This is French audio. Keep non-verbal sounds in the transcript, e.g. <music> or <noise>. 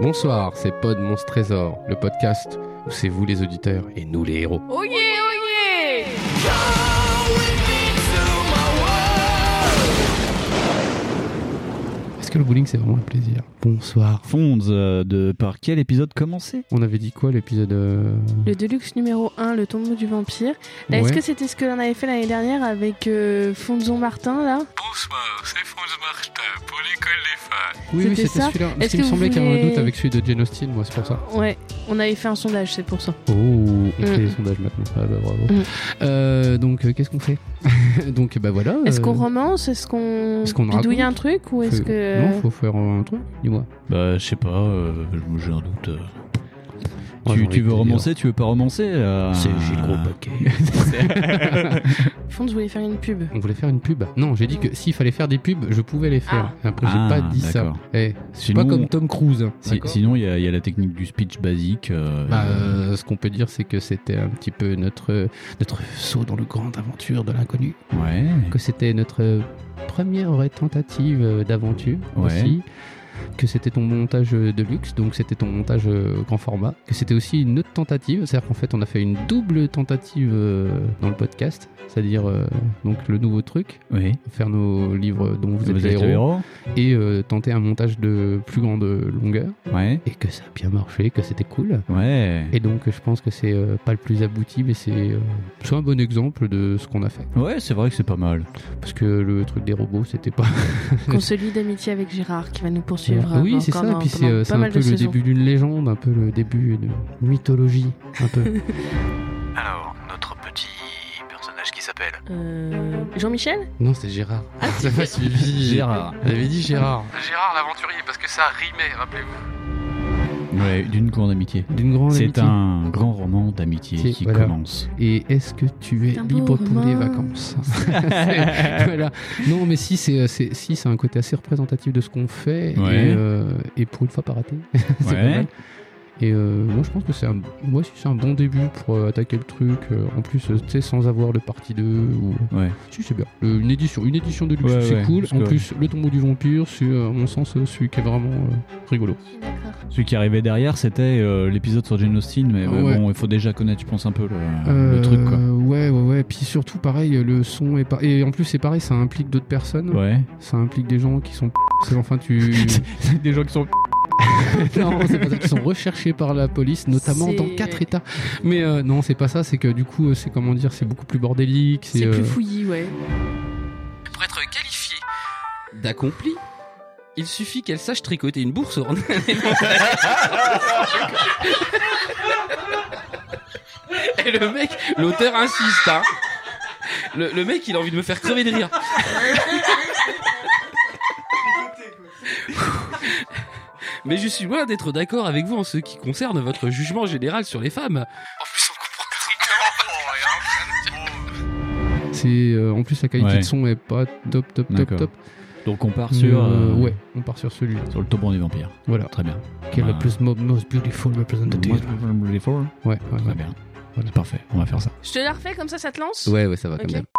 Bonsoir, c'est Pod Monstre Trésor, le podcast où c'est vous les auditeurs et nous les héros. Oh yeah, oh yeah Est-ce que le bowling c'est vraiment le plaisir Bonsoir. Fonds euh, de par quel épisode commencer On avait dit quoi l'épisode euh, Le Deluxe numéro 1, le tombeau du vampire. Là, Est-ce ouais. que c'était ce que l'on avait fait l'année dernière avec euh, Fonzon Martin, là Bonsoir, c'est Franz Martin pour l'école des femmes. Oui, oui, c'était c'était ça celui-là. Parce Est-ce qu'il me que vous semblait qu'il y avait un voulez- doute avec celui de Jane Austen, moi c'est pour ça. Ouais, on avait fait un sondage, c'est pour ça. Oh, on fait Mm. les sondages maintenant. Ah bah bravo. Mm. Euh, donc euh, qu'est-ce qu'on fait <laughs> Donc bah voilà. Est-ce qu'on euh, romance Est-ce qu'on est-ce qu'on bidouille un raconte truc Ou est-ce faut- que. Non, faut faire un truc, dis-moi. Bah je sais pas, euh, j'ai un doute. euh. Moi, j'ai tu, envie tu de veux te dire. romancer, tu veux pas romancer euh, paquet. Fonz voulait faire une <laughs> pub. On voulait faire une pub. Non, j'ai dit que s'il fallait faire des pubs, je pouvais les faire. Après, j'ai Ah, pas dit ça. d'accord. Eh, c'est pas Sinon- comme Tom Cruise. hein. <laughs> Si- D'accord sinon il y, a- il y a la technique du speech basique. euh, Bah, euh, ce qu'on peut dire, c'est que c'était un petit peu notre, notre saut dans le grande aventure de l'inconnu. Ouais. Que c'était notre première vraie tentative euh, d'aventure Ouais. aussi. Que c'était ton montage euh, de luxe, donc c'était ton montage euh, grand format. Que c'était aussi une autre tentative, c'est-à-dire qu'en fait, on a fait une double tentative euh, dans le podcast, c'est-à-dire euh, donc le nouveau truc, Oui. faire nos livres dont vous, êtes les le héros, et euh, tenter un montage de plus grande longueur. Ouais. Et que ça a bien marché, que c'était cool. Ouais. Et donc, je pense que c'est euh, pas le plus abouti, mais c'est euh, c'est un bon exemple de ce qu'on a fait. Ouais, c'est vrai que c'est pas mal. Parce que le truc des robots, c'était pas. Qu'on se lie d'amitié avec Gérard qui va nous poursuivre. euh, oui, encore c'est ça. Et dans- puis c'est pendant euh, pas c'est un mal peu de le saisons. début d'une légende, un peu le début d'une mythologie, un <laughs> peu. Alors, notre petit personnage qui s'appelle Euh, Jean-Michel non, c'est Gérard. Ah, Ça <laughs> m'a suivi. Gérard. On avait dit <laughs> Gérard. Gérard l'aventurier, parce que ça rimait, rappelez-vous. Ouais, d'une grande amitié. D'une grande C'est amitié. un grand roman d'amitié C'est- qui voilà. <laughs> commence. Et est-ce que tu es Un beau libre pour les roman. vacances <laughs> C'est- Voilà. Non, mais si, c'est euh, c'est- si, c'est un côté assez représentatif de ce qu'on fait. Ouais. Et, euh, et pour une fois, pas raté. c'est pas Ouais. mal. Et euh, moi, je pense que c'est un, moi, si c'est un bon début pour euh, attaquer le truc. euh, en plus, euh, tu sais, sans avoir le partie 2. Ou... euh, Ouais. Si, c'est bien. Le- une, édition, une édition de luxe, Ouais, c'est ouais, cool. parce En que- plus, le tombeau du vampire, c'est, euh, à mon sens, euh, celui qui est vraiment euh, rigolo. D'accord. Celui qui arrivait derrière, c'était euh, l'épisode sur Jane Austen, mais ouais, Ouais. bon, il faut déjà connaître, je pense, un peu le, Euh, Ah, le truc, quoi. Ouais, ouais, ouais. Puis surtout, pareil, le son est pas. Et en plus, c'est pareil, ça implique d'autres personnes. Ouais. Ça implique des gens qui sont. c'est- Enfin, <laughs> tu. Des gens qui sont non, c'est pas ça. Qui sont recherchés par la police, notamment dans C'est- quatre états. Mais euh, non, c'est pas ça. C'est que du coup, euh, c'est comment dire, c'est beaucoup plus bordélique. C'est euh, plus fouillis, ouais. Pour être qualifiée d'accompli, il suffit qu'elle sache tricoter une bourse en <laughs> Et le mec, l'auteur insiste, hein. Le, le mec, il a envie de me faire crever de rire. <laughs> Mais je suis loin d'être d'accord avec vous en ce qui concerne votre jugement général sur les femmes. En plus, on comprend <laughs> Oh, strictement pas, rien. C'est euh, en plus la qualité Ouais. de son est pas top, top, top, D'accord. top. Donc on part Mais, sur, euh, euh, ouais, on part sur celui-là. sur le tombeau des vampires. Voilà. Très bien. Qui est Bah, le plus mo- most beautiful moi, representative. je- les four. Ouais, ouais, Très ouais. bien. Voilà. Parfait, on va faire ça. Je te la refais comme ça, ça te lance Ouais, ouais, ça va Ok. quand même.